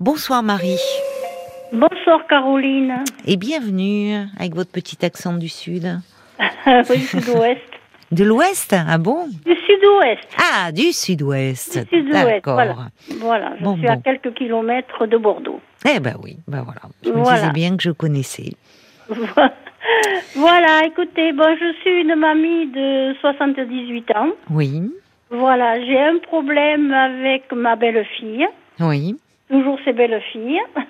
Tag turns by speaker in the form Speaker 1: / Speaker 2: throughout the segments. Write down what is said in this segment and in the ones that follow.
Speaker 1: Bonsoir Marie
Speaker 2: Bonsoir Caroline.
Speaker 1: et bienvenue avec votre petit accent du sud.
Speaker 2: Ah, oui, sud-ouest.
Speaker 1: De l'ouest Ah bon
Speaker 2: Du sud-ouest.
Speaker 1: Ah, du sud-ouest.
Speaker 2: Du sud-ouest,
Speaker 1: D'accord.
Speaker 2: voilà. Voilà, je
Speaker 1: Bon,
Speaker 2: suis à
Speaker 1: bon.
Speaker 2: quelques kilomètres de Bordeaux.
Speaker 1: Eh ben oui, ben voilà. Je me
Speaker 2: Voilà.
Speaker 1: disais bien que je connaissais.
Speaker 2: voilà, écoutez, bon, je suis une mamie de 78 ans.
Speaker 1: Oui,
Speaker 2: Voilà, j'ai un problème avec ma belle-fille.
Speaker 1: oui,
Speaker 2: Toujours ses belles-filles.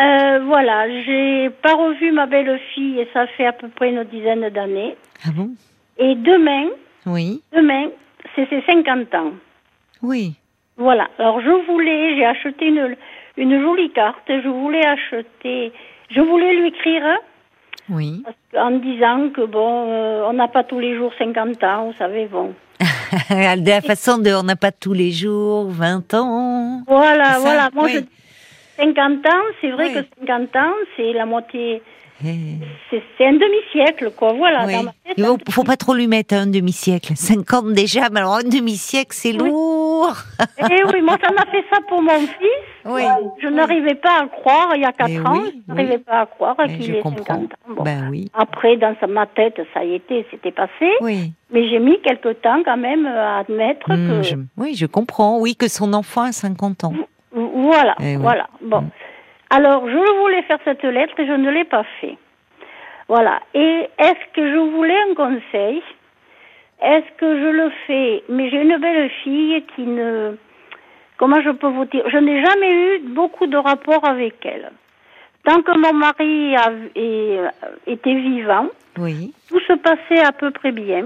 Speaker 2: Euh, voilà, j'ai pas revu ma belle-fille et ça fait à peu près une dizaine d'années.
Speaker 1: ah bon
Speaker 2: Et demain,
Speaker 1: Oui,
Speaker 2: demain, c'est ses 50 ans.
Speaker 1: oui,
Speaker 2: Voilà. Alors je voulais, j'ai acheté une, une jolie carte. Je voulais acheter, je voulais lui écrire
Speaker 1: oui.
Speaker 2: en disant que bon, euh, on n'a pas tous les jours 50 ans, vous savez, bon.
Speaker 1: de la façon de on n'a pas tous les jours 20 ans.
Speaker 2: Voilà,
Speaker 1: Ça,
Speaker 2: voilà. Moi,
Speaker 1: oui.
Speaker 2: je dis 50 ans, c'est vrai
Speaker 1: Oui.
Speaker 2: que 50 ans, c'est la moitié,
Speaker 1: Eh,
Speaker 2: c'est c'est un demi-siècle, quoi. Voilà.
Speaker 1: oui.
Speaker 2: dans ma tête, hein.
Speaker 1: Il
Speaker 2: un
Speaker 1: faut, faut pas trop lui mettre un demi-siècle. 50 déjà, mais alors un demi-siècle, c'est lourd.
Speaker 2: Eh oui, moi, ça m'a fait ça pour mon fils.
Speaker 1: Oui.
Speaker 2: Je n'arrivais pas à croire, il y a 4
Speaker 1: Eh
Speaker 2: ans,
Speaker 1: oui,
Speaker 2: je n'arrivais pas à croire
Speaker 1: Eh,
Speaker 2: qu'il
Speaker 1: je
Speaker 2: ait
Speaker 1: comprends.
Speaker 2: 50 ans. Bon.
Speaker 1: Ben oui.
Speaker 2: Après, dans sa- ma tête, ça y était, c'était passé.
Speaker 1: Oui,
Speaker 2: Mais j'ai mis quelque temps quand même euh, à admettre
Speaker 1: Hmm,
Speaker 2: que
Speaker 1: je, oui, je comprends. Oui, que son enfant a 50 ans.
Speaker 2: voilà,
Speaker 1: Eh oui.
Speaker 2: voilà. Bon,
Speaker 1: Mm.
Speaker 2: alors je voulais faire cette lettre et je ne l'ai pas fait. Voilà. Et est-ce que je voulais un conseil Est-ce que je le fais Mais j'ai une belle fille qui ne. Comment je peux vous dire Je n'ai jamais eu beaucoup de rapports avec elle. Tant que mon mari a- est- euh, était vivant,
Speaker 1: Oui,
Speaker 2: tout se passait à peu près bien.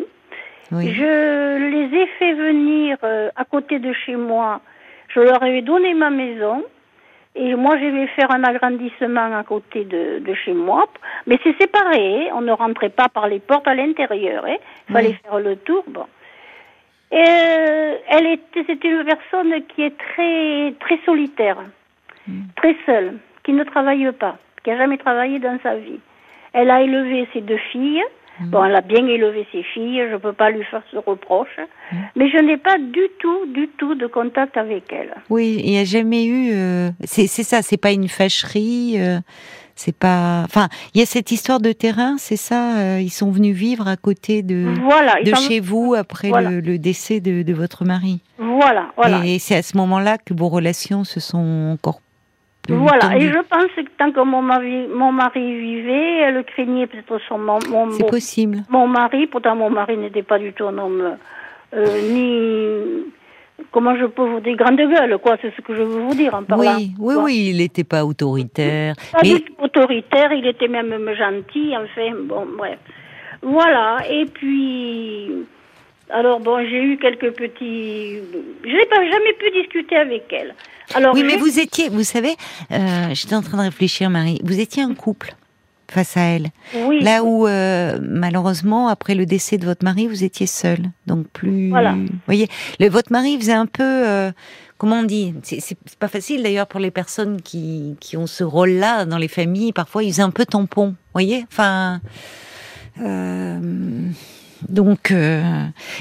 Speaker 1: oui.
Speaker 2: Je les ai fait venir euh, à côté de chez moi. Je leur ai donné ma maison. Et moi, je vais faire un agrandissement à côté de, de chez moi. Mais c'est séparé. hein. On ne rentrait pas par les portes à l'intérieur. hein. Il fallait
Speaker 1: Oui.
Speaker 2: faire le tour. Bon. Et, euh, elle était, c'est une personne qui est très, très solitaire,
Speaker 1: Hmm.
Speaker 2: très seule, qui ne travaille pas, qui a jamais travaillé dans sa vie. Elle a élevé ses deux filles.
Speaker 1: Hmm.
Speaker 2: Bon, elle a bien élevé ses filles. Je ne peux pas lui faire ce reproche.
Speaker 1: Hmm.
Speaker 2: Mais je n'ai pas du tout, du tout de contact avec elle.
Speaker 1: Oui, il n'y a jamais eu. euh, c'est c'est ça, c'est pas une fâcherie, euh, c'est pas. Enfin, il y a cette histoire de terrain, c'est ça. euh, ils sont venus vivre à côté de
Speaker 2: Voilà. Mhm. ils
Speaker 1: Hmm. de
Speaker 2: sont-
Speaker 1: chez vous après
Speaker 2: Voilà.
Speaker 1: le, le décès de, de votre mari.
Speaker 2: Voilà, voilà.
Speaker 1: Et c'est à ce moment-là que vos relations se sont encore plus
Speaker 2: Voilà, et
Speaker 1: tendues.
Speaker 2: je pense que tant que mon mari, mon mari vivait, elle craignait peut-être son mon, mon,
Speaker 1: C'est possible.
Speaker 2: mon mari. Pourtant, mon mari n'était pas du tout un homme euh, ni comment je peux vous dire grande gueule, quoi. C'est ce que je veux vous dire en parlant.
Speaker 1: Oui, oui,
Speaker 2: quoi.
Speaker 1: oui, il n'était pas autoritaire.
Speaker 2: Pas
Speaker 1: Mais
Speaker 2: du tout autoritaire, il était même gentil, enfin, bon, bref. Voilà, et puis, alors bon, j'ai eu quelques petits... Je n'ai pas jamais pu discuter avec elle. Alors,
Speaker 1: Oui, mais
Speaker 2: j'ai-
Speaker 1: vous étiez, vous savez, euh, j'étais en train de réfléchir, Marie. Vous étiez un couple face à elle.
Speaker 2: Oui,
Speaker 1: Là où, euh, malheureusement, après le décès de votre mari, vous étiez seule. Donc plus.
Speaker 2: Voilà.
Speaker 1: Vous voyez, le, votre mari faisait un peu. euh, comment on dit C'est- C'est c'est pas facile d'ailleurs pour les personnes qui, qui ont ce rôle-là dans les familles. Parfois, ils faisait un peu tampon. Vous voyez Enfin. euh, donc, euh,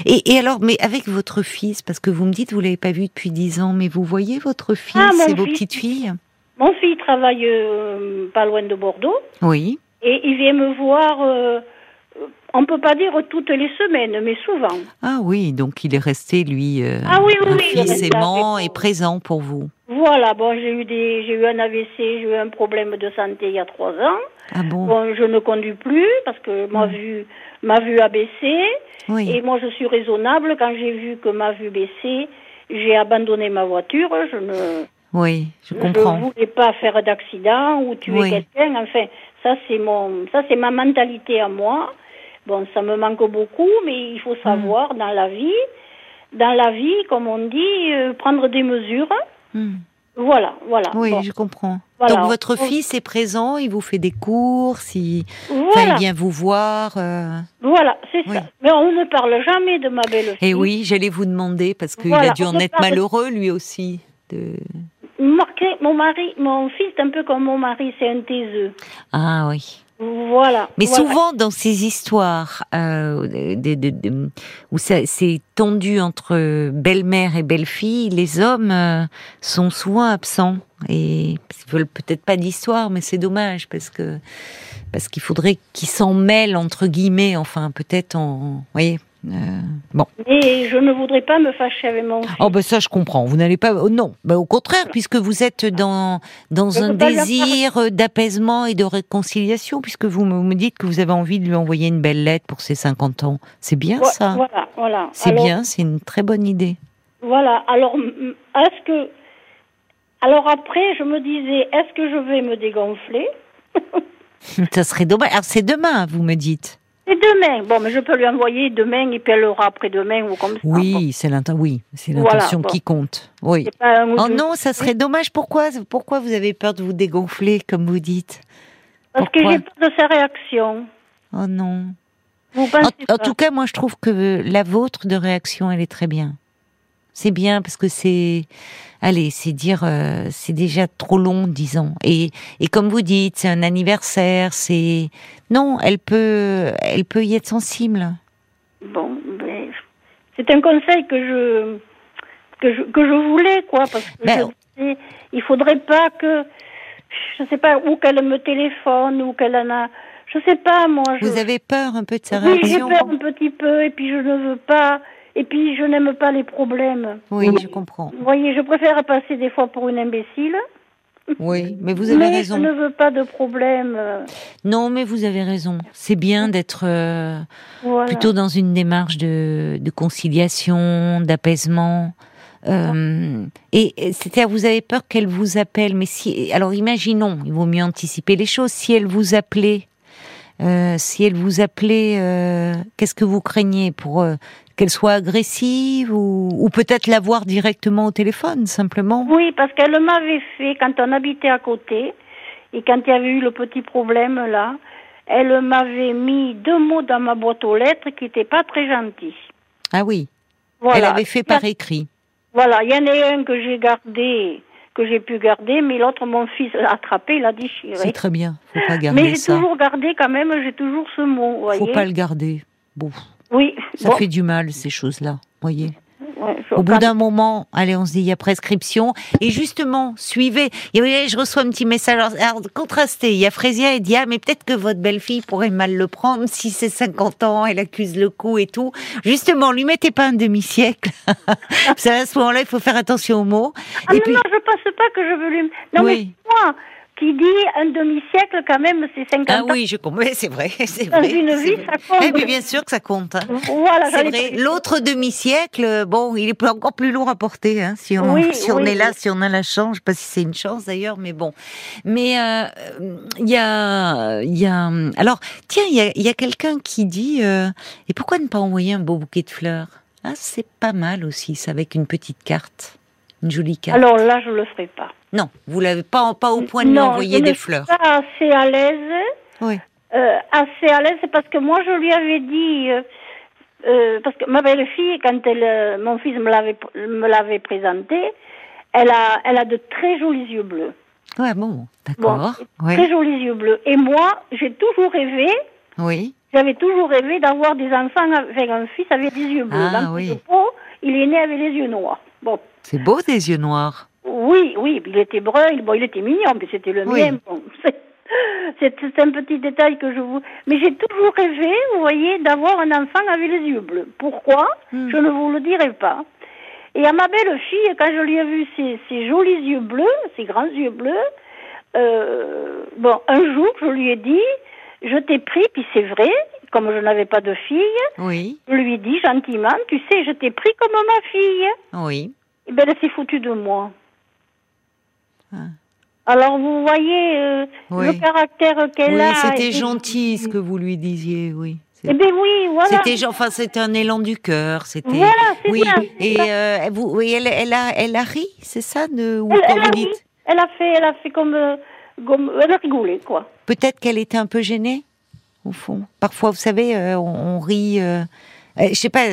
Speaker 1: et, et alors, mais avec votre fils, parce que vous me dites, vous l'avez pas vu depuis dix ans, mais vous voyez votre fils
Speaker 2: Ah, mon
Speaker 1: et vos
Speaker 2: fils.
Speaker 1: petites filles
Speaker 2: mon fils travaille euh, pas loin de Bordeaux,
Speaker 1: Oui.
Speaker 2: et il vient me voir, euh, euh, on peut pas dire toutes les semaines, mais souvent.
Speaker 1: Ah oui, donc il est resté, lui, euh,
Speaker 2: Ah oui, oui,
Speaker 1: un
Speaker 2: oui, il est
Speaker 1: fils
Speaker 2: resté
Speaker 1: aimant
Speaker 2: avec
Speaker 1: et
Speaker 2: nous.
Speaker 1: présent pour vous.
Speaker 2: Voilà, bon, j'ai eu des, j'ai eu un AVC, j'ai eu un problème de santé il y a trois ans.
Speaker 1: Ah bon
Speaker 2: Bon, je ne conduis plus parce que ma vue, ma vue a baissé. Et
Speaker 1: Oui.
Speaker 2: moi, je suis raisonnable. Quand j'ai vu que ma vue baissait, j'ai abandonné ma voiture. Je ne
Speaker 1: Oui, je
Speaker 2: je
Speaker 1: comprends.
Speaker 2: voulais pas faire d'accident ou tuer
Speaker 1: Oui.
Speaker 2: quelqu'un. Enfin, ça c'est mon, ça c'est ma mentalité à moi. Bon, ça me manque beaucoup, mais il
Speaker 1: Hmm.
Speaker 2: faut savoir dans la vie, dans la vie, comme on dit, euh, prendre des mesures.
Speaker 1: Hmm.
Speaker 2: Voilà, voilà.
Speaker 1: Oui,
Speaker 2: Bon,
Speaker 1: je comprends.
Speaker 2: Voilà.
Speaker 1: Donc votre
Speaker 2: On-
Speaker 1: fils est présent, il vous fait des courses, il, enfin, il
Speaker 2: voilà,
Speaker 1: vient vous voir. euh.
Speaker 2: voilà, c'est
Speaker 1: Oui.
Speaker 2: ça. Mais on ne parle jamais de ma belle-fille.
Speaker 1: Eh oui, j'allais vous demander, parce qu'il
Speaker 2: Voilà,
Speaker 1: a dû
Speaker 2: on
Speaker 1: en
Speaker 2: ne
Speaker 1: être
Speaker 2: parle-
Speaker 1: malheureux lui aussi. De...
Speaker 2: Marquez, mon mari, mon fils est un peu comme mon mari, c'est un taiseux.
Speaker 1: Ah oui.
Speaker 2: Voilà.
Speaker 1: Mais
Speaker 2: voilà.
Speaker 1: souvent dans ces histoires euh, de- de- de- où ça- c'est tendu entre belle-mère et belle-fille, les hommes euh, sont souvent absents et ils veulent peut-être pas d'histoire, mais c'est dommage parce que parce qu'il faudrait qu'ils s'en mêlent entre guillemets, enfin peut-être en, vous voyez. euh,
Speaker 2: Mais je ne voudrais pas me fâcher avec mon fils.
Speaker 1: Oh ben ça je comprends. Vous n'allez pas. oh, Non. Ben, au contraire, puisque vous êtes dans dans
Speaker 2: Je
Speaker 1: un
Speaker 2: peux pas lui en faire.
Speaker 1: désir euh, d'apaisement et de réconciliation, puisque vous me me dites que vous avez envie de lui envoyer une belle lettre pour ses 50 ans. C'est bien
Speaker 2: Vo-
Speaker 1: ça.
Speaker 2: Voilà, voilà.
Speaker 1: C'est
Speaker 2: Alors,
Speaker 1: bien. C'est une très bonne idée.
Speaker 2: Voilà. Alors, m- est-ce que. Alors après, je me disais, est-ce que je vais me dégonfler
Speaker 1: ça serait dommage. Alors c'est demain, vous me dites.
Speaker 2: C'est demain. Bon, mais je peux lui envoyer demain et puis elle l'aura après-demain ou comme ça. Ah, Bon,
Speaker 1: Oui, c'est l'intention. Oui, c'est
Speaker 2: Voilà,
Speaker 1: l'intention
Speaker 2: bon.
Speaker 1: qui compte. Oui.
Speaker 2: c'est pas un ou
Speaker 1: Oh
Speaker 2: deux.
Speaker 1: non, ça serait dommage. Pourquoi Pourquoi vous avez peur de vous dégonfler, comme vous dites
Speaker 2: Parce que
Speaker 1: pourquoi
Speaker 2: j'ai peur de sa réaction.
Speaker 1: Oh non.
Speaker 2: Vous
Speaker 1: En-
Speaker 2: pensez
Speaker 1: En,
Speaker 2: pas
Speaker 1: tout cas, moi, je trouve que la vôtre de réaction, elle est très bien. C'est bien parce que c'est, allez, c'est dire, euh, c'est déjà trop long, disons. Et et comme vous dites, c'est un anniversaire, c'est non, elle peut, elle peut y être sensible.
Speaker 2: Bon, ben, c'est un conseil que je, que je que je voulais quoi parce que
Speaker 1: Ben,
Speaker 2: je me disais, il faudrait pas que je sais pas où qu'elle me téléphone ou qu'elle en a je sais pas moi je
Speaker 1: Vous avez peur un peu de sa
Speaker 2: oui, j'ai
Speaker 1: réaction
Speaker 2: peur un petit peu et puis je ne veux pas et puis je n'aime pas les problèmes.
Speaker 1: Oui, je comprends.
Speaker 2: Vous voyez, je préfère passer des fois pour une imbécile,
Speaker 1: Oui, mais vous avez
Speaker 2: mais
Speaker 1: raison.
Speaker 2: je ne veux pas de problème. euh,
Speaker 1: Non, mais vous avez raison. C'est bien d'être. euh,
Speaker 2: Voilà.
Speaker 1: plutôt dans une démarche de, de conciliation, d'apaisement. Euh, et et c'est-à-dire, vous avez peur qu'elle vous appelle, mais si, alors imaginons, il vaut mieux anticiper les choses. Si elle vous appelait, euh, si elle vous appelait, euh, qu'est-ce que vous craignez pour euh, qu'elle soit agressive ou, ou peut-être la voir directement au téléphone simplement
Speaker 2: Oui, parce qu'elle m'avait fait quand on habitait à côté et quand il y avait eu le petit problème là, elle m'avait mis deux mots dans ma boîte aux lettres qui n'étaient pas très gentils.
Speaker 1: Ah oui,
Speaker 2: Voilà.
Speaker 1: elle avait fait par écrit.
Speaker 2: Voilà, il y en a un que j'ai gardé, que j'ai pu garder, mais l'autre mon fils l'a attrapé, il l'a
Speaker 1: C'est
Speaker 2: déchiré.
Speaker 1: très bien, faut pas
Speaker 2: Mais
Speaker 1: garder
Speaker 2: j'ai
Speaker 1: ça,
Speaker 2: toujours gardé quand même, j'ai toujours ce mot, vous
Speaker 1: faut
Speaker 2: voyez.
Speaker 1: pas le garder. Bon,
Speaker 2: Oui,
Speaker 1: ça
Speaker 2: bon,
Speaker 1: fait du mal ces choses-là, voyez.
Speaker 2: ouais, je-
Speaker 1: Au bout
Speaker 2: quand-
Speaker 1: d'un moment, allez, on se dit, il y a prescription. Et justement, suivez. Et vous voyez, je reçois un petit message. Alors, alors, contrasté, il y a Frésia et dit, ah, mais peut-être que votre belle-fille pourrait mal le prendre si c'est 50 ans, elle accuse le coup et tout. Justement, lui mettez pas un demi-siècle. Parce qu'à ce moment-là, il faut faire attention aux mots.
Speaker 2: Ah
Speaker 1: et
Speaker 2: non,
Speaker 1: puis,
Speaker 2: non, je pense pas que je veux lui... Non,
Speaker 1: Oui.
Speaker 2: mais moi, qui dit un demi-siècle quand même, c'est 50
Speaker 1: ah
Speaker 2: ans.
Speaker 1: oui, je comprends. Oui, C'est vrai, c'est
Speaker 2: Dans
Speaker 1: vrai.
Speaker 2: une
Speaker 1: c'est
Speaker 2: vie,
Speaker 1: vrai.
Speaker 2: ça compte.
Speaker 1: Eh bien, bien sûr que ça compte. hein.
Speaker 2: Voilà,
Speaker 1: C'est
Speaker 2: j'allais
Speaker 1: vrai.
Speaker 2: pas-
Speaker 1: L'autre demi-siècle, euh, bon, il est encore plus lourd à porter, hein, si on,
Speaker 2: Oui,
Speaker 1: si on
Speaker 2: oui,
Speaker 1: est là,
Speaker 2: oui.
Speaker 1: si on a la chance. Je sais pas si c'est une chance d'ailleurs, mais bon. Mais euh, il y a, il y a. Alors, tiens, il y a, il y a quelqu'un qui dit. euh, et pourquoi ne pas envoyer un beau bouquet de fleurs Ah, c'est pas mal aussi, ça avec une petite carte, une jolie carte.
Speaker 2: Alors là, je le ferai pas.
Speaker 1: non, vous l'avez pas, pas au point de lui
Speaker 2: Non,
Speaker 1: envoyer
Speaker 2: je
Speaker 1: des
Speaker 2: ne
Speaker 1: fleurs.
Speaker 2: Pas assez à l'aise.
Speaker 1: Oui.
Speaker 2: euh, assez à l'aise parce que moi, je lui avais dit. euh, euh, parce que ma belle-fille, quand elle, euh, mon fils me l'avait me l'avait présentée, elle a, elle a de très jolis yeux bleus,
Speaker 1: Ouais, bon, d'accord.
Speaker 2: très
Speaker 1: Oui,
Speaker 2: jolis yeux bleus. Et moi, j'ai toujours rêvé,
Speaker 1: oui.
Speaker 2: j'avais toujours rêvé d'avoir des enfants avec un fils avec des yeux bleus.
Speaker 1: Ah,
Speaker 2: Dans
Speaker 1: oui.
Speaker 2: le pot, il est né avec les yeux noirs. Bon,
Speaker 1: C'est beau des yeux noirs.
Speaker 2: Oui, oui, il était brun, il- bon, il était mignon, mais c'était le
Speaker 1: Oui.
Speaker 2: mien. bon, c'est- c'est c'est un petit détail que je vous. Mais j'ai toujours rêvé, vous voyez, d'avoir un enfant avec les yeux bleus. Pourquoi
Speaker 1: Hmm.
Speaker 2: Je ne vous le dirai pas. Et à ma belle-fille, quand je lui ai vu ses, ses jolis yeux bleus, ses grands yeux bleus, euh, bon, un jour, je lui ai dit, je t'ai pris, puis c'est vrai, comme je n'avais pas de fille,
Speaker 1: Oui,
Speaker 2: je lui ai dit gentiment, tu sais, je t'ai pris comme ma fille.
Speaker 1: oui.
Speaker 2: Eh ben, elle s'est foutue de moi.
Speaker 1: Ah.
Speaker 2: Alors, vous voyez euh,
Speaker 1: Oui.
Speaker 2: le caractère qu'elle
Speaker 1: Oui,
Speaker 2: a.
Speaker 1: c'était
Speaker 2: et-
Speaker 1: gentil ce que vous lui disiez, oui.
Speaker 2: Eh ben oui, voilà.
Speaker 1: C'était gen- enfin c'était un élan du cœur, c'était
Speaker 2: Voilà, c'est
Speaker 1: oui
Speaker 2: ça, c'est
Speaker 1: et
Speaker 2: ça.
Speaker 1: euh, elle vous oui, elle, elle a elle a ri, c'est ça de ou
Speaker 2: Elle,
Speaker 1: quand vous
Speaker 2: elle a ri.
Speaker 1: dites
Speaker 2: Elle a fait, elle a fait comme, euh, comme- elle a rigolé quoi.
Speaker 1: peut-être qu'elle était un peu gênée au fond. Parfois vous savez euh, on, on rit euh, euh, je sais pas,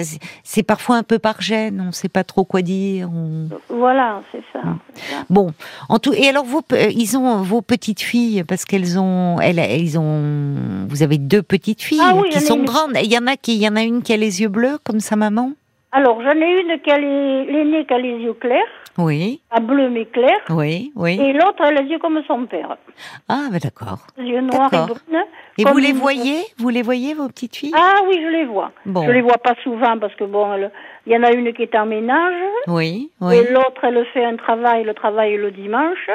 Speaker 1: c'est parfois un peu par gêne, on sait pas trop quoi dire. On...
Speaker 2: Voilà, c'est ça,
Speaker 1: Ah.
Speaker 2: c'est ça.
Speaker 1: Bon, en tout et alors vos, pe- euh, ils ont vos petites filles parce qu'elles ont, elles, elles ont, vous avez deux petites filles
Speaker 2: Ah oui,
Speaker 1: qui
Speaker 2: j'en ai
Speaker 1: sont
Speaker 2: une.
Speaker 1: grandes. Il y en a qui, il y en a une qui a les yeux bleus comme sa maman.
Speaker 2: Alors, j'en ai une qui a les, l'aînée qui a les yeux clairs,
Speaker 1: Oui,
Speaker 2: à bleu mais clair,
Speaker 1: oui, oui.
Speaker 2: et l'autre a les yeux comme son père,
Speaker 1: Ah, bah d'accord.
Speaker 2: les yeux noirs et
Speaker 1: D'accord.
Speaker 2: brunes.
Speaker 1: Et
Speaker 2: comme
Speaker 1: vous les
Speaker 2: une-
Speaker 1: voyez, vous les voyez vos petites filles
Speaker 2: Ah oui, je les vois.
Speaker 1: Bon,
Speaker 2: Je les vois pas souvent parce que bon, elle- il y en a une qui est en ménage
Speaker 1: oui, oui.
Speaker 2: et l'autre elle fait un travail, le travail le dimanche.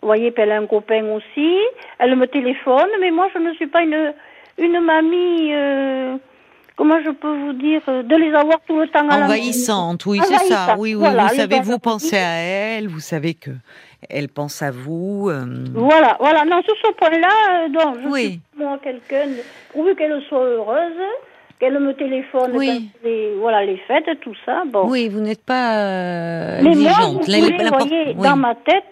Speaker 2: Vous voyez, puis elle a un copain aussi. Elle me téléphone, mais moi je ne suis pas une une mamie. euh, comment je peux vous dire euh, de les avoir tout le temps à la maison.
Speaker 1: Envahissante, oui, c'est ça.
Speaker 2: Envahissante,
Speaker 1: Oui, oui,
Speaker 2: voilà,
Speaker 1: vous
Speaker 2: les
Speaker 1: savez,
Speaker 2: gens
Speaker 1: vous
Speaker 2: sont
Speaker 1: pensez
Speaker 2: petits.
Speaker 1: à elle, vous savez que elle pense à vous. euh,
Speaker 2: Voilà, voilà. Non, sur ce point-là, euh, donc je
Speaker 1: Oui.
Speaker 2: suis moi quelqu'un, de- pourvu qu'elle soit heureuse, qu'elle me téléphone,
Speaker 1: Oui.
Speaker 2: quand les, voilà les fêtes, tout ça. Bon.
Speaker 1: Oui, vous n'êtes pas euh,
Speaker 2: Mais moi,
Speaker 1: exigeante.
Speaker 2: vous
Speaker 1: La-
Speaker 2: voulez,
Speaker 1: l'importe-
Speaker 2: voyez,
Speaker 1: oui.
Speaker 2: dans ma tête,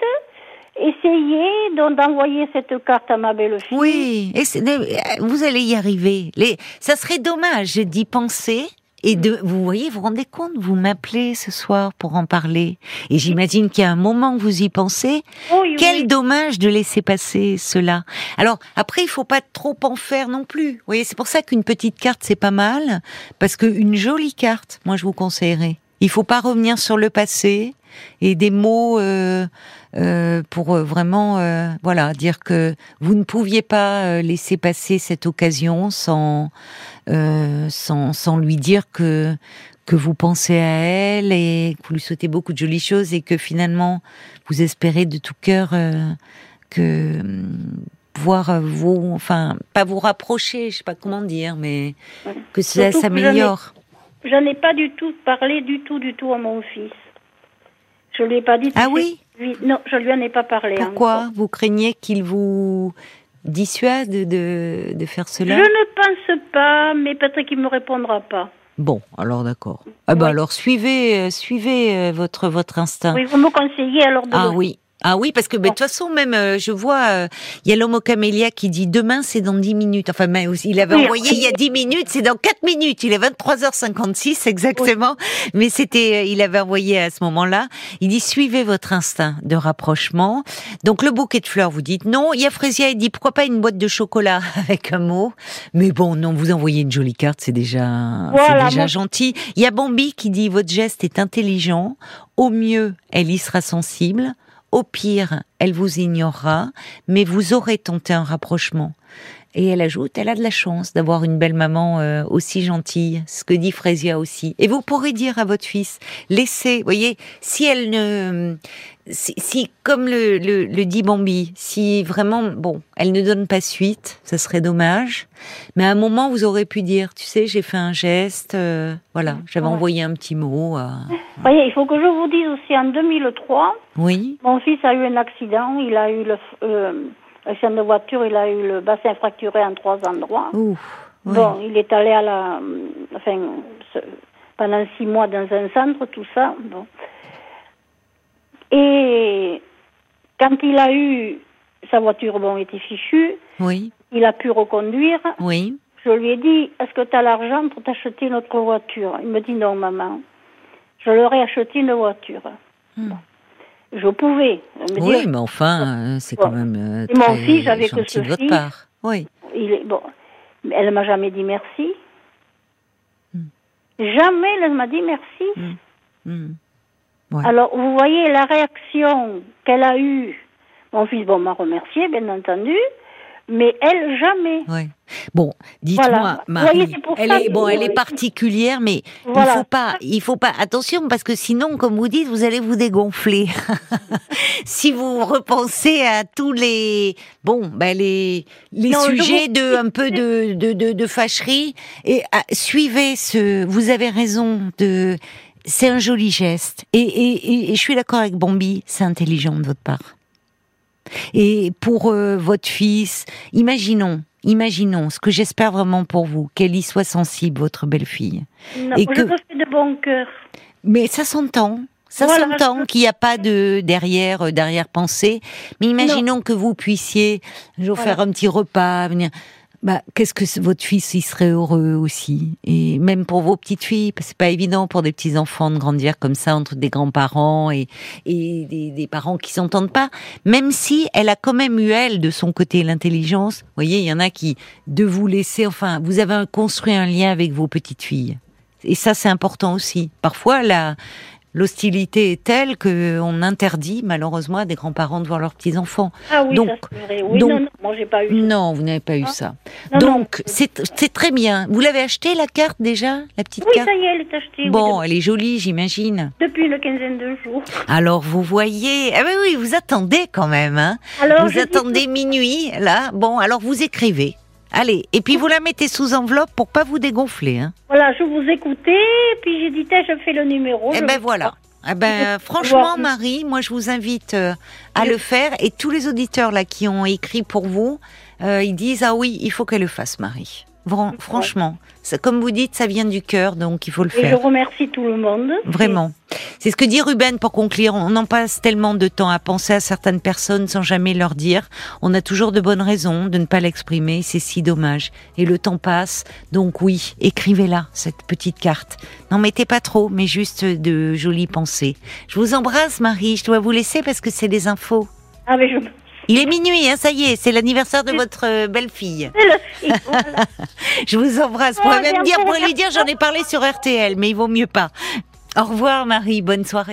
Speaker 2: essayer d'en- d'envoyer cette carte à ma belle-fille.
Speaker 1: Oui, et c'est- euh, vous allez y arriver. Les, ça serait dommage d'y penser. Et de, vous voyez, vous vous rendez compte, vous m'appelez ce soir pour en parler. Et j'imagine qu'il y a un moment que vous y pensez.
Speaker 2: Oui,
Speaker 1: Quel
Speaker 2: oui.
Speaker 1: dommage de laisser passer cela. Alors après, il faut pas trop en faire non plus. Vous voyez, c'est pour ça qu'une petite carte c'est pas mal, parce qu'une jolie carte, moi je vous conseillerais. Il faut pas revenir sur le passé et des mots euh, euh, pour euh, vraiment, euh, voilà, dire que vous ne pouviez pas euh, laisser passer cette occasion sans euh, sans sans lui dire que que vous pensez à elle et que vous lui souhaitez beaucoup de jolies choses et que finalement vous espérez de tout cœur euh, que hum, voir euh, vous, enfin, pas vous rapprocher, je sais pas comment dire, mais
Speaker 2: Ouais.
Speaker 1: que ça
Speaker 2: Surtout que
Speaker 1: s'améliore.
Speaker 2: J'en ai pas du tout parlé, du tout, du tout à mon fils. Je lui ai pas dit.
Speaker 1: Ah oui
Speaker 2: Oui, Non, je lui en ai pas parlé. encore.
Speaker 1: Pourquoi Vous craignez qu'il vous dissuade de, de faire
Speaker 2: Je
Speaker 1: cela
Speaker 2: ne pense pas, mais peut-être qu'il me répondra pas.
Speaker 1: Bon, alors d'accord. Ah bah
Speaker 2: Oui.
Speaker 1: alors suivez, euh, suivez euh, votre votre instinct.
Speaker 2: Oui, vous me conseillez alors de.
Speaker 1: Ah
Speaker 2: le-
Speaker 1: oui. Ah oui, parce que ben, de toute façon, même, euh, je vois, euh, il y a l'homme au camélia qui dit demain, c'est dans 10 minutes. Enfin, mais aussi, il avait
Speaker 2: Oui.
Speaker 1: envoyé il y a 10 minutes, c'est dans 4 minutes. Il est 23h56 exactement. Mais c'était, euh, il avait envoyé à ce moment-là. Il dit, suivez votre instinct de rapprochement. Donc, le bouquet de fleurs, vous dites non. Il y a Frésia, il dit, pourquoi pas une boîte de chocolat avec un mot. Mais bon, non, vous envoyez une jolie carte, c'est déjà,
Speaker 2: Voilà,
Speaker 1: c'est déjà
Speaker 2: moi-
Speaker 1: gentil. Il y a Bambi qui dit, votre geste est intelligent. Au mieux, elle y sera sensible. Au pire, elle vous ignorera, mais vous aurez tenté un rapprochement. Et elle ajoute, elle a de la chance d'avoir une belle maman euh, aussi gentille, ce que dit Frésia aussi. Et vous pourrez dire à votre fils, laissez, voyez, si elle ne, si, si, comme le, le, le dit Bambi, si vraiment, bon, elle ne donne pas suite, ça serait dommage. Mais à un moment, vous aurez pu dire, tu sais, j'ai fait un geste, euh, voilà, j'avais
Speaker 2: Ouais.
Speaker 1: envoyé un petit mot. à-
Speaker 2: Vous voyez, il faut que je vous dise aussi en 2003,
Speaker 1: Oui.
Speaker 2: Mon fils a eu un accident, il a eu le euh, accident de voiture, il a eu le bassin fracturé en trois endroits.
Speaker 1: Ouh, oui.
Speaker 2: Bon, il est allé à la, euh, enfin, ce- pendant six mois dans un centre, tout ça. Bon. Et quand il a eu sa voiture, bon, était fichue,
Speaker 1: oui,
Speaker 2: il a pu reconduire.
Speaker 1: oui,
Speaker 2: Je lui ai dit, est-ce que tu as l'argent pour t'acheter une autre voiture Il me dit non, maman. Je leur ai acheté une voiture. Bon. Je pouvais. Elle me
Speaker 1: Hmm. oui,
Speaker 2: dit,
Speaker 1: mais enfin, euh, c'est quand
Speaker 2: Bon.
Speaker 1: même euh,
Speaker 2: Et mon
Speaker 1: très
Speaker 2: fils, j'avais que
Speaker 1: gentil
Speaker 2: ce
Speaker 1: de votre
Speaker 2: fils.
Speaker 1: part. Oui,
Speaker 2: Il est, bon, mais elle m'a jamais dit merci.
Speaker 1: Hmm.
Speaker 2: Jamais elle m'a dit merci.
Speaker 1: Mm.
Speaker 2: Alors, vous voyez la réaction qu'elle a eue. Mon fils, bon, m'a remercié, bien entendu, mais elle, jamais.
Speaker 1: oui. Bon, dites-moi,
Speaker 2: Voilà.
Speaker 1: Marie,
Speaker 2: Voyez, c'est pour
Speaker 1: elle
Speaker 2: ça
Speaker 1: est
Speaker 2: que-
Speaker 1: bon, elle est particulière, mais il
Speaker 2: Voilà.
Speaker 1: faut pas, il faut pas. Attention, parce que sinon, comme vous dites, vous allez vous dégonfler si vous repensez à tous les bon, bah, les les
Speaker 2: Non, je
Speaker 1: sujets
Speaker 2: vous-
Speaker 1: de un peu de de de, de fâcherie et ah, suivez ce. Vous avez raison de. C'est un joli geste et, et, et- et je suis d'accord avec Bambi, c'est intelligent de votre part. Et pour euh, votre fils, imaginons, imaginons ce que j'espère vraiment pour vous, qu'elle y soit sensible, votre belle-fille.
Speaker 2: Non,
Speaker 1: Et
Speaker 2: je
Speaker 1: que-
Speaker 2: le fais de bon cœur.
Speaker 1: Mais ça s'entend. Ça
Speaker 2: Voilà.
Speaker 1: s'entend qu'il n'y a pas de derrière euh, derrière pensée. Mais imaginons que vous puissiez je vais vous
Speaker 2: Voilà.
Speaker 1: faire un petit repas, venir. Bah, qu'est-ce que c- votre fils il serait heureux aussi et même pour vos petites filles parce que c'est pas évident pour des petits enfants de grandir comme ça entre des grands-parents et et des, des parents qui s'entendent pas même si elle a quand même eu elle de son côté l'intelligence vous voyez il y en a qui de vous laisser enfin vous avez un- construit un lien avec vos petites filles et ça c'est important aussi parfois la l'hostilité est telle que on interdit malheureusement à des grands-parents de voir leurs petits enfants
Speaker 2: Ah oui,
Speaker 1: Donc-
Speaker 2: ça c'est vrai. Oui,
Speaker 1: donc-
Speaker 2: non, non, moi j'ai pas eu.
Speaker 1: non vous n'avez pas eu
Speaker 2: Ah.
Speaker 1: ça
Speaker 2: Non, non.
Speaker 1: donc, c'est c'est très bien. Vous l'avez acheté la carte déjà La petite
Speaker 2: Oui,
Speaker 1: carte
Speaker 2: ça y est, elle est achetée. oui,
Speaker 1: Bon,
Speaker 2: de-
Speaker 1: elle est jolie, j'imagine.
Speaker 2: depuis une quinzaine de jours.
Speaker 1: Alors, vous voyez. Ah oui, oui, vous attendez quand même. Hein
Speaker 2: Alors,
Speaker 1: vous
Speaker 2: Ah, je dis-
Speaker 1: attendez minuit, là. Bon, alors vous écrivez. Allez, et puis vous la mettez sous enveloppe pour pas vous dégonfler. Hein
Speaker 2: voilà, je vous écoutais, puis j'ai dit, tiens, je fais le numéro.
Speaker 1: eh
Speaker 2: je-
Speaker 1: ben voilà. Eh ben, franchement, Marie, moi je vous invite euh, à le faire. Et tous les auditeurs là qui ont écrit pour vous, euh, ils disent ah oui, il faut qu'elle le fasse, Marie. Vran- franchement, ça- comme vous dites, ça vient du cœur, donc il faut le
Speaker 2: Et je
Speaker 1: faire.
Speaker 2: remercie tout le monde.
Speaker 1: Vraiment. C'est ce que dit Ruben pour conclure. On en passe tellement de temps à penser à certaines personnes sans jamais leur dire. On a toujours de bonnes raisons de ne pas l'exprimer. C'est si dommage. Et le temps passe. Donc oui, écrivez-la, cette petite carte. N'en mettez pas trop, mais juste de jolies pensées. Je vous embrasse, Marie. Je dois vous laisser parce que c'est des infos.
Speaker 2: Ah, mais je...
Speaker 1: Il est minuit, hein, ça y est. C'est l'anniversaire de votre euh, belle-fille.
Speaker 2: C'est le- Voilà.
Speaker 1: Je vous embrasse. Vous
Speaker 2: Oh,
Speaker 1: pourrez
Speaker 2: j'ai
Speaker 1: même
Speaker 2: un
Speaker 1: dire,
Speaker 2: peu
Speaker 1: pourrez
Speaker 2: la
Speaker 1: lui dire, j'en ai parlé sur RTL, mais il vaut mieux pas. Au revoir, Marie. Bonne soirée.